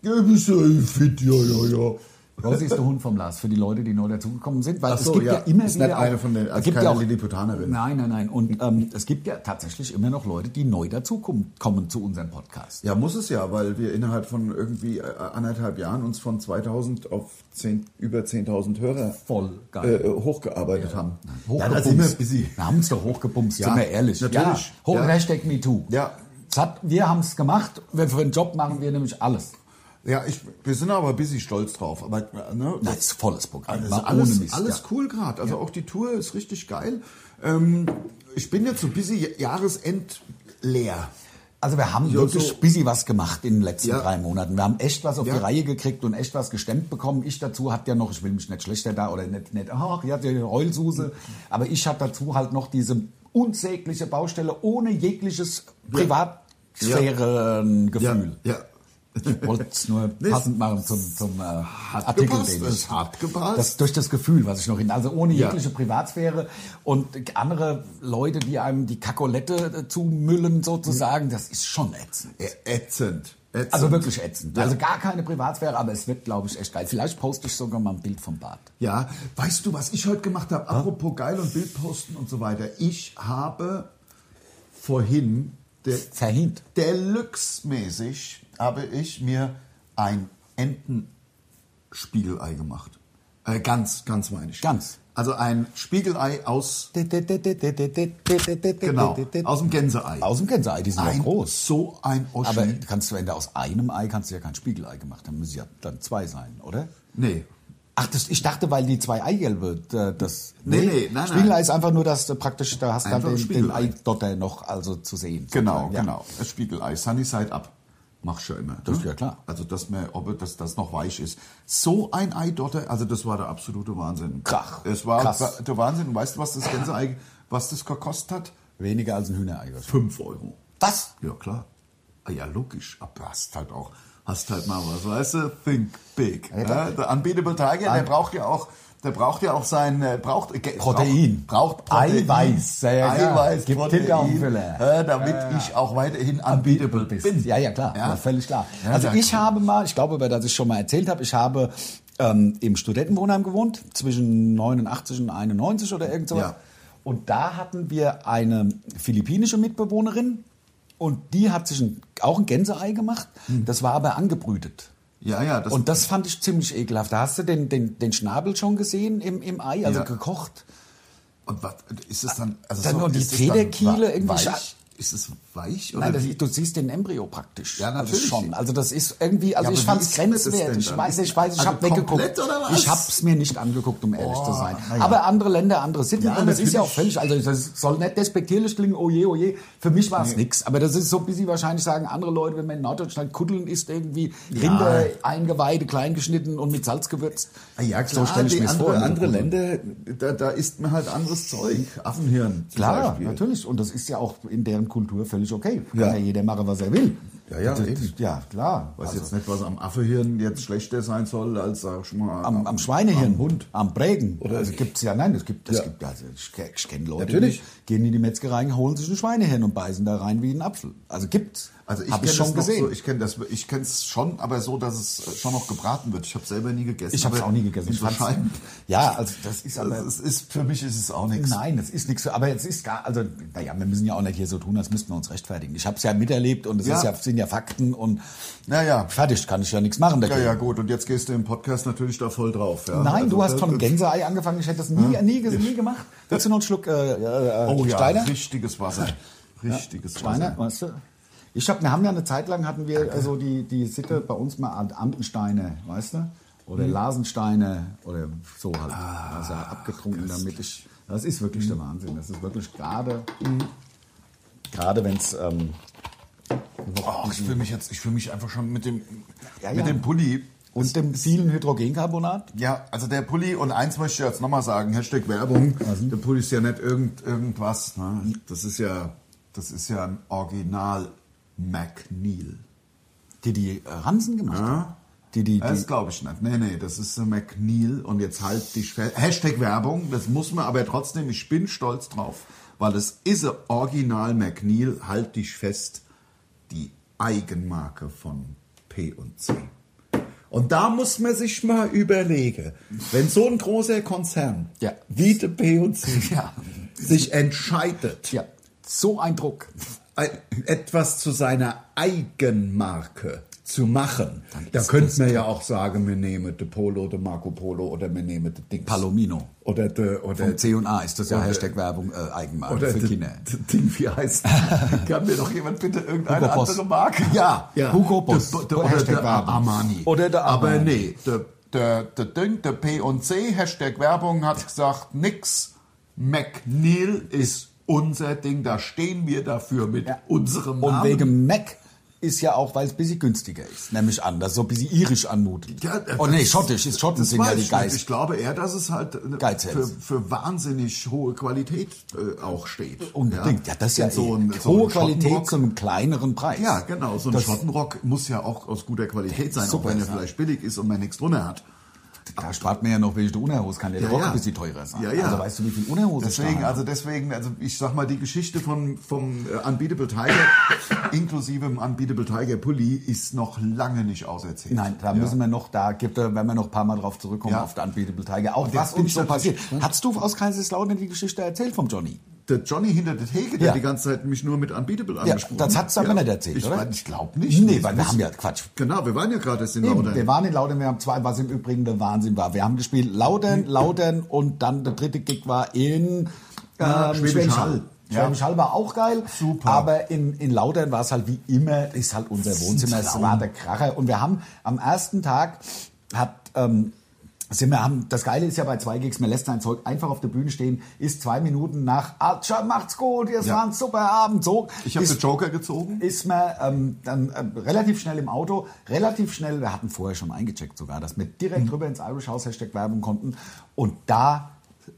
Ja, bist du fit, ja, ja, ja. Rosie ist der Hund vom Lars, für die Leute, die neu dazugekommen sind, weil Ach so, es gibt ja, ja. immer Ist wieder nicht auch, eine von den- also es gibt keine ja auch, Lilliputanerin. Nein, nein, nein. Und ähm, es gibt ja tatsächlich immer noch Leute, die neu dazukommen kommen zu unserem Podcast. Ja, muss es ja, weil wir innerhalb von irgendwie äh, anderthalb Jahren uns von 2000 auf 10, über 10.000 Hörer Voll äh, geil. äh, hochgearbeitet haben. Hochgebumst. busy. wir haben es doch hochgebumst, Ja, sind wir ehrlich. natürlich. Ja, hoch Ja. Hashtag MeToo. Ja. Das Hat, wir haben es gemacht. Wir, für den Job machen wir nämlich alles. Ja, ich, wir sind aber busy stolz drauf. Aber, äh, ne, Das ist volles Programm. Also Mal alles, Mist, alles ja. cool gerade. Also auch die Tour ist richtig geil. Ähm, ich bin jetzt so busy Jahresend leer. Also wir haben Ja, wirklich so- busy was gemacht in den letzten Ja. drei Monaten. Wir haben echt was auf Ja. die Reihe gekriegt und echt was gestemmt bekommen. Ich dazu hat ja noch, ich will mich nicht schlechter da oder nicht, nicht ach, ja, die Heulsuse. Aber ich hatte dazu halt noch diese unsägliche Baustelle ohne jegliches Privatsphärengefühl. Ja. Ich wollte es nur Nee, passend machen zum, zum äh, Artikel, gepasst, den es ich hat gepasst. Das, durch das Gefühl, was ich noch hin. Also ohne Ja. jegliche Privatsphäre und andere Leute, die einem die Kakolette äh, zumüllen sozusagen, das ist schon ätzend. Ä- Äh, Ätzend. ätzend. Also wirklich ätzend. Ja. Also gar keine Privatsphäre, aber es wird, glaube ich, echt geil. Vielleicht poste ich sogar mal ein Bild vom Bad. Ja, weißt du, was ich heute gemacht habe? Apropos geil und Bildposten und so weiter. Ich habe vorhin Der, Zerhint. deluxe-mäßig habe ich mir ein Entenspiegelei gemacht. Äh, ganz, ganz meine ich. Ganz. Also ein Spiegelei aus, genau, Genau. aus dem Gänseei. Aus dem Gänseei, die sind ja ein, groß. So ein Oschi. Aber kannst du, wenn du aus einem Ei kannst du ja kein Spiegelei gemacht haben, müssen ja dann zwei sein, oder? nee. Ach, das, ich dachte, weil die zwei Eigelbe, d- das. Nee, nee, nein, nein. Spiegelei ist einfach nur, dass du praktisch, da hast du dann Einfach den, den Spiegelei. Eidotter noch also zu sehen. Genau, sozusagen, ja. genau. Das Spiegelei, Sunny Side Up. Machst du ja immer. Das ist ne? ja klar. Also, dass man, ob das, das noch weich ist. So ein Ei Dotter, also das war der absolute Wahnsinn. Krach. Es war Krass. der Wahnsinn. Und weißt du, was das Gänseei, was das gekostet hat? Weniger als ein Hühnerei. wahrscheinlich. Fünf Euro. Was? Ja, klar. Ah, ja, logisch. Aber hast halt auch, hast halt mal was, weißt du? Think big. ne? Der Unbeatable Tiger, der braucht ja auch, der braucht ja auch sein, äh, braucht, äh, Protein. Braucht, braucht Protein. Eiweiß, ja, ja, klar. Eiweiß, Gibt Protein, Kinderumfüller. äh, damit ich auch weiterhin unbeatable bist. bin. Ja, ja, klar, Ja. ja. völlig klar. Ja, also ja, ich klar. habe mal, ich glaube, über das ich schon mal erzählt habe, ich habe ähm, im Studentenwohnheim gewohnt, zwischen 89 und 91 oder irgend sowas. Ja. Und da hatten wir eine philippinische Mitbewohnerin und die hat sich ein, auch ein Gänseei gemacht, Hm. das war aber angebrütet. Ja, ja, das, und das fand ich ziemlich ekelhaft. Da hast du den, den, den Schnabel schon gesehen im, im Ei, also Ja. gekocht. und was, ist es dann, also Dann nur die ist es dann Federkiele wa- irgendwie weich? scha- Ist es weich? Oder Nein, das, wie? du siehst den Embryo praktisch. Ja, also natürlich. schon. Also das ist irgendwie, also Ja, ich aber fand wie es ist denn das denn grenzwertig. Ich dann? weiß, ich weiß, ich Also habe weggeguckt. komplett oder was? Oh, Ich habe es mir nicht angeguckt, um ehrlich zu sein. na ja. Aber andere Länder, andere Sitten. Ja, und das ist ja auch natürlich. völlig, also das soll nicht despektierlich klingen, oh je, oh je. Für mich war es nix. Aber das ist so, wie sie wahrscheinlich sagen, andere Leute, wenn man in Norddeutschland kuddeln isst, irgendwie Rinder, Eingeweide, kleingeschnitten und mit Salz gewürzt. Ah Ja, klar, so stelle ich die mir andere, vor. andere Länder, da, da isst man halt anderes Zeug. Affenhirn. zum Klar, Beispiel. natürlich. Und das ist ja auch in deren Kultur völlig okay. Kann Ja. ja, jeder machen, was er will. Ja, ja, das, eben. ja klar. Also Weiß jetzt nicht, was am Affehirn jetzt schlechter sein soll, als sag ich mal, Am, am Schweinehirn, Am Hund. am Prägen. Also gibt's ja, nein, es gibt, es Ja. gibt, also ich, ke- ich kenne Leute, Natürlich. die gehen in die Metzgerei, holen sich ein Schweinehirn und beißen da rein wie einen Apfel. Also gibt's. Also ich Hab kenne ich schon das noch gesehen. So, ich kenne das, ich kenne es schon, aber so, dass es äh, schon noch gebraten wird. Ich habe selber nie gegessen. ich habe es aber auch nie gegessen. in Ich fand's- Verscheiben- ja, also das ist aber. Also es ist für mich ist es auch nichts. Nein, das ist nichts. Aber jetzt ist gar, also naja, wir müssen ja auch nicht hier so tun, als müssten wir uns rechtfertigen. Ich habe es ja miterlebt und es Ja. Ist ja, sind ja Fakten und Naja. fertig kann ich ja nichts machen Ja, dagegen. ja, gut. Und jetzt gehst du im Podcast natürlich da voll drauf. Ja? Nein, Also, du hast das- von das- Gänseei angefangen. äh, Ich hätte das nie, nie, nie gemacht. Willst du noch einen Schluck äh, äh, Oh ja, Steiner? richtiges Wasser. Richtiges Steiner, Wasser. weißt du? Ich hab, wir haben ja eine Zeit lang hatten wir also die, die Sitte bei uns mal an Amtensteine, weißt du? Oder Lasensteine oder so halt. also abgetrunken, damit ich. Das ist wirklich der Wahnsinn. Das ist wirklich gerade. Gerade wenn es. Ähm, Oh, ich fühle mich jetzt, ich fühle mich einfach schon mit dem, Ja, mit ja. dem Pulli. und dem vielen Hydrogencarbonat. Ja, also der Pulli und eins möchte ich jetzt nochmal sagen, Hashtag Werbung. Also. Der Pulli ist ja nicht irgend, irgendwas. Ne? Das ist ja, das ist ja ein Original McNeil. Die die äh, Hansen gemacht haben. Die, die, die, Das glaube ich nicht. Nee, nee, das ist ein McNeil und jetzt halt dich fest. Hashtag Werbung, das muss man aber trotzdem, ich bin stolz drauf, weil das ist ein Original McNeil, halt dich fest, die Eigenmarke von P und C. Und da muss man sich mal überlegen, wenn so ein großer Konzern Ja. wie der P und C Ja. sich entscheidet, ja, so ein Druck. ein- etwas zu seiner Eigenmarke zu machen, da könnte man ja auch sagen, wir nehmen de Polo, de Marco Polo oder wir nehmen de Dings. Palomino. Oder de, oder Vom C&A ist das ja oder- Hashtag-Werbung äh, Eigenmarke oder für de, Kinder. de Ding, wie heißt Kann mir doch jemand bitte irgendeine Hugo Boss. andere Marke? Ja, ja. Hugo Boss. Oh, De, de, oder Hashtag de Werbung. Armani. Oder de Aber Armani. nee, de, de, de Ding, de P und C, Hashtag Werbung hat gesagt, nix, McNeil ist unser Ding, da stehen wir dafür mit Ja. unserem Namen. Und wegen Mac ist ja auch, weil es ein bisschen günstiger ist. Nämlich anders, so ein bisschen irisch anmutet. Ja, äh, oh nee, das- schottisch. Ist Schotten Das sind ja weiß die ich, nicht. ich Geist. glaube eher, dass es halt äh, Geizhals. für, für wahnsinnig hohe Qualität äh, auch steht. Unbedingt. Ja, das ist ja Und so eh. ein, so hohe ein Qualität Schottenrock- zu einem kleineren Preis. Ja, genau. So ein Das- Schottenrock muss ja auch aus guter Qualität sein, auch super wenn er sein. vielleicht billig ist und man nichts drunter hat. Da spart man ja noch welche Unterhose, kann der Ja, ja, auch ja. ein bisschen teurer sein. Ja, ja. Also weißt du, wie viel Unterhose ich da Deswegen, habe? also deswegen, also ich sag mal, die Geschichte von, vom äh, Unbeatable Tiger inklusive dem Unbeatable Tiger Pulli ist noch lange nicht auserzählt. Nein, da müssen wir noch, da gibt er, wenn wir noch ein paar Mal drauf zurückkommen, Ja. auf den Unbeatable Tiger, auch Und jetzt was bin uns ich so natürlich passiert. Hast du aus Kaiserslautern die Geschichte erzählt vom Johnny? der Johnny hinter der Theke, der Ja. die ganze Zeit mich nur mit Unbeatable Ja, angesprochen das hat's aber nicht erzählt, ich, oder? weiß- Ich glaube nicht. Nee, weil wir Das- haben ja Quatsch. Genau, wir waren ja gerade erst in Eben, wir Laudern. waren in Laudern, wir haben zwei, was im Übrigen der Wahnsinn war. Wir haben gespielt Hm. Laudern, Laudern und dann der dritte Gig war in Ja, ähm, Schwäbisch Schwäbisch Hall. Hall. Ja. Schwäbisch Hall war auch geil, Super. aber in, in Laudern war es halt wie immer, ist halt unser Wohnzimmer, es war der Kracher. Und wir haben am ersten Tag, hat, ähm, sind wir haben, das Geile ist ja bei zwei Gigs, man lässt sein Zeug einfach auf der Bühne stehen, ist zwei Minuten nach, ah, tschau, macht's gut, es Ja. war ein super Abend, so. Ich habe ist- den Joker gezogen. ist man ähm, dann ähm, relativ schnell im Auto, relativ schnell, wir hatten vorher schon eingecheckt sogar, dass wir direkt Mhm. rüber ins Irish House Hashtag Werbung konnten und da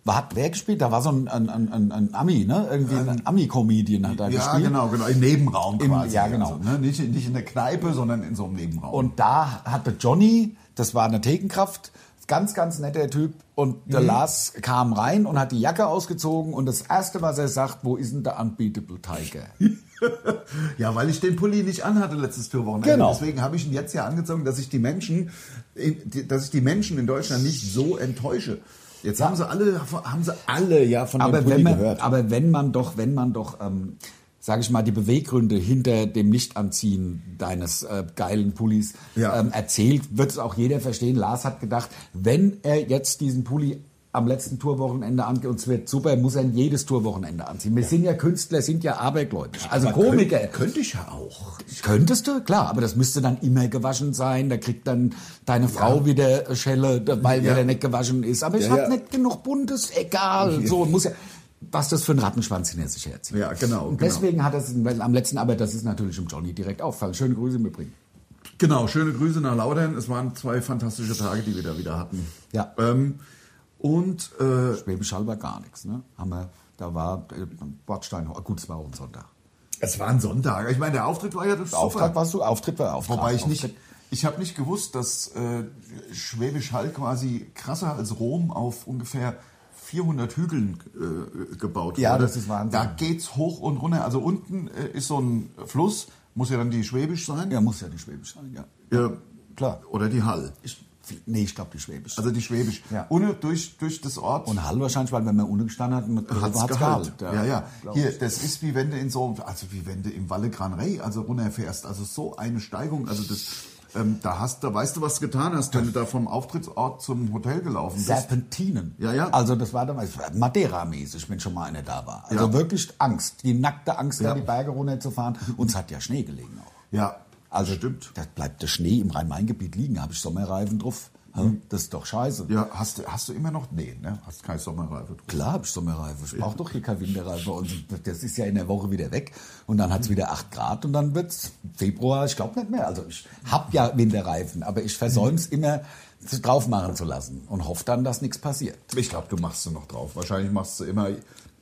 war, hat wer gespielt? Da war so ein, ein, ein, ein- ein Ami, ne? Irgendwie ein Ami-Comedian hat da Ähm, Ja, gespielt. genau, genau. Im Nebenraum Im- quasi. ja, genau. Also, ne? nicht, nicht in der Kneipe, sondern in so einem Nebenraum. Und da hatte Johnny, das war eine Thekenkraft, ganz, ganz netter Typ. Und Mhm. der Lars kam rein und hat die Jacke ausgezogen. Und das Erste, was er sagt, wo ist denn der Unbeatable Tiger? Ja, weil ich den Pulli nicht anhatte letztes Tourwochenende. Genau. Deswegen habe ich ihn jetzt ja angezogen, dass ich die Menschen, in, die, dass ich die Menschen in Deutschland nicht so enttäusche. Jetzt haben sie alle, haben sie alle ja von dem aber Pulli wenn man, gehört. aber wenn man doch, wenn man doch, ähm, sage ich mal, die Beweggründe hinter dem Nichtanziehen deines äh, geilen Pullis Ja. ähm, erzählt, wird es auch jeder verstehen. Lars hat gedacht, wenn er jetzt diesen Pulli am letzten Tourwochenende angeht und es wird super, muss er ihn jedes Tourwochenende anziehen. Wir sind ja Künstler, sind ja abergläubisch. Also Aber Komiker. Könnte, könnte ich ja auch. Könntest du, klar, aber das müsste dann immer gewaschen sein. Da kriegt dann deine Frau wieder äh, Schelle, weil Ja. wieder nicht gewaschen ist. Aber ich Ja, hab ja. nicht genug Buntes, egal. So muss ja. Was das für ein Rattenschwanz hinter sich herzieht. Ja, genau, Und genau. deswegen hat er es am letzten, aber das ist natürlich im Johnny direkt auffallen. Schöne Grüße im Übrigen. Genau, schöne Grüße nach Laudern. Es waren zwei fantastische Tage, die wir da wieder hatten. Ja. Ähm, und äh, Schwäbisch Hall war gar nichts, ne? Haben wir, da war äh, Bordstein, gut, es war auch ein Sonntag. es war ein Sonntag. Ich meine, der Auftritt war ja super. Auftrag warst du, Auftritt war Auftrag. Wobei ich nicht, Auftritt- ich habe nicht gewusst, dass äh, Schwäbisch Hall quasi krasser als Rom auf ungefähr 400 Hügeln äh, gebaut Ja, wurde. das ist Wahnsinn. Da geht's hoch und runter. Also unten äh, ist so ein Fluss, muss ja dann die Schwäbisch sein Ja, muss ja die Schwäbisch sein, ja. Ja, Klar. oder die Hall. Ich, nee, ich glaube die Schwäbisch. Also die Schwäbisch. Ja. Ohne durch durch das Ort. Und Hall wahrscheinlich, weil wenn man ohne gestanden hat, man hat's hat's gehalten. gehalten. Ja, ja. Glaub Hier, ich. das ist wie wenn du in so, also wie wenn du im Valle Gran Rey, also runterfährst, also so eine Steigung, also das, ähm, da hast, da weißt du, was du getan hast, wenn du da vom Auftrittsort zum Hotel gelaufen bist. Serpentinen. Ja, ja. Also das war damals Madeira-mäßig, wenn schon mal einer da war. Also Ja. wirklich Angst, die nackte Angst, Ja. da die Berge runterzufahren. Und es hat ja Schnee gelegen auch. Ja, Also stimmt. da bleibt der Schnee im Rhein-Main-Gebiet liegen, habe ich Sommerreifen drauf. Hä? Hm. Das ist doch scheiße. Ja, hast du, hast du immer noch, nee, ne, hast keine Sommerreife. drauf. Klar habe ich Sommerreifen. Ich brauche doch hier keine Winterreifen. Und das ist ja in der Woche wieder weg. Und dann Mhm. hat es wieder 8 Grad und dann wird es Februar, ich glaube nicht mehr. Also ich habe ja Winterreifen, aber ich versäume Mhm. es immer, sich drauf machen zu lassen und hoffe dann, dass nichts passiert. Ich glaube, du machst sie noch drauf. Wahrscheinlich machst du immer,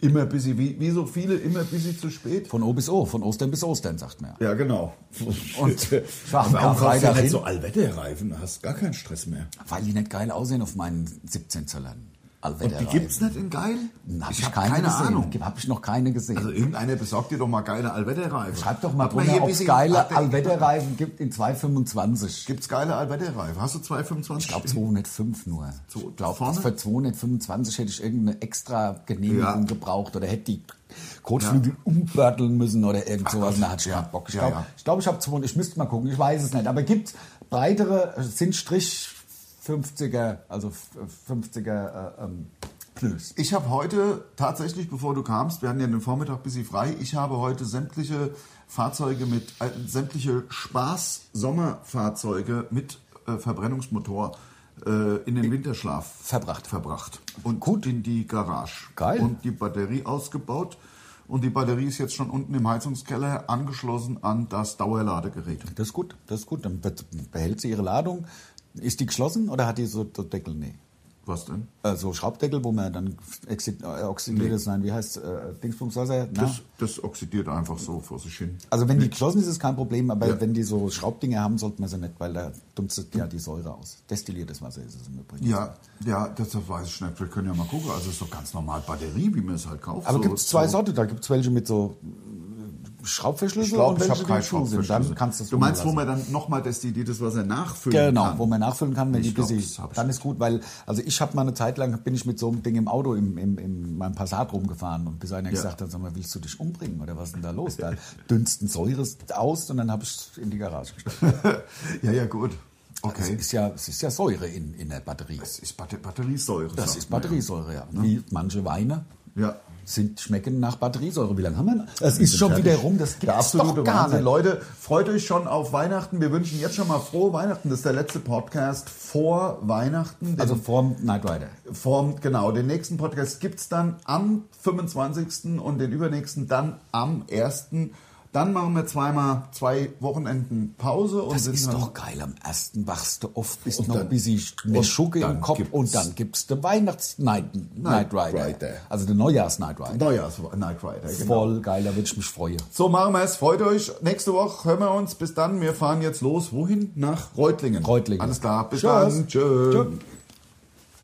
immer busy, wie, wie so viele, immer busy zu spät. Von O bis O, von Ostern bis Ostern, sagt man ja. Ja, genau. äh, Und ich war am warum kaufst du Karfreitag nicht hin, so Allwetterreifen? Da hast gar keinen Stress mehr. weil die nicht geil aussehen auf meinen 17-Zöllern. Und die gibt's nicht in geil? Hm, Hab ich hab keine, gesehen. Ahnung. Habe ich noch keine gesehen. Also irgendeiner besorgt dir doch mal geile Allwetterreifen. Schreib doch mal Hat man drunter, hier ob bisschen- geile hat der- Allwetterreifen gibt in 225. Gibt's geile Allwetterreifen? Hast du 225? Ich glaube 205 nur. Zu- Ich glaube, vorne? für 225 hätte ich irgendeine extra Genehmigung Ja. gebraucht oder hätte die Kotflügel umbörteln müssen oder irgend sowas. Da hatte ich Ja. keinen Bock. Ich Ja, glaube, ja. ich, glaub, ich habe 200. Ich müsste mal gucken. Ich weiß es nicht. Aber gibt breitere, sind Strich 50er, also f- 50er äh, ähm, Pneus. Ich habe heute tatsächlich, bevor du kamst, wir hatten ja den Vormittag bisschen frei, ich habe heute sämtliche Fahrzeuge mit, äh, sämtliche Spaß-Sommerfahrzeuge mit äh, Verbrennungsmotor äh, in den Winterschlaf Verbracht. verbracht. Und gut in die Garage. Geil. Und die Batterie ausgebaut. Und die Batterie ist jetzt schon unten im Heizungskeller angeschlossen an das Dauerladegerät. Das ist gut, das ist gut. Dann be- behält sie ihre Ladung. Ist die geschlossen oder hat die so so Deckel? Nee. Was denn? Äh, so Schraubdeckel, wo man dann exit- äh, oxidiertes, nein, wie heißt äh, Dingsbumswasser? Na? Das, das oxidiert einfach so vor sich hin. Also wenn die geschlossen ist, ist kein Problem, aber Ja. wenn die so Schraubdinge haben, sollte man sie nicht, weil da dunstet ja die Säure aus. Destilliertes Wasser ist es im Übrigen. Ja, ja, das weiß ich nicht. Wir können ja mal gucken. Also es ist doch ganz normal Batterie, wie man es halt kauft. Aber So- gibt es zwei so- Sorten? Da gibt es welche mit so Schraubverschlüsse Ich glaube, äh, und ich welche habe die im keinen Schuh sind. Schraubverschlüssel. Dann kannst du es Du meinst, wo rumlassen. man dann nochmal destilliertes Wasser nachfüllen Genau, kann? wo man nachfüllen kann, wenn die glaub, Busy. das hab ich Dann ist gut, weil, also ich habe mal eine Zeit lang, bin ich mit so einem Ding im Auto im, im, in meinem Passat rumgefahren und bis einer gesagt hat, sag mal, willst du dich umbringen oder was ist denn da los? Da dünsten Säures aus und dann habe ich es in die Garage gestellt. Also ja, ja, gut. Okay. Es ist ja, es ist ja Säure in, in der Batterie. Das ist Batter Batteriesäure. Das sagt ist man Batteriesäure, ja. ne? Wie manche Weine. Ja. ja. Sind, schmecken nach Batteriesäure. Wie lange haben wir? noch? Das ist schon Fertig. wieder rum. Das gibt's der absolute doch gar Wahnsinn. nicht. Leute, freut euch schon auf Weihnachten. Wir wünschen jetzt schon mal frohe Weihnachten. Das ist der letzte Podcast vor Weihnachten. Den Also vorm Night Rider. Formt, genau. Den nächsten Podcast gibt es dann am 25. und den übernächsten dann am 1. Dann machen wir zweimal zwei Wochenenden Pause und Das sind ist dann- doch geil. Am ersten wachst du oft, bist Und noch dann- ein bisschen und mit Schucke dann im Kopf gibt's- und dann gibst du Weihnachts Night, Night, Night Rider. Rider. Also den Neujahrs Night Rider. Neujahrs Night Rider. Genau. Voll geil, da würde ich mich freuen. So machen wir es. Freut euch. Nächste Woche hören wir uns. Bis dann. Wir fahren jetzt los. Wohin? Nach Reutlingen. Reutlingen. Alles klar. Bis Tschüss. dann. Tschö. Tschö.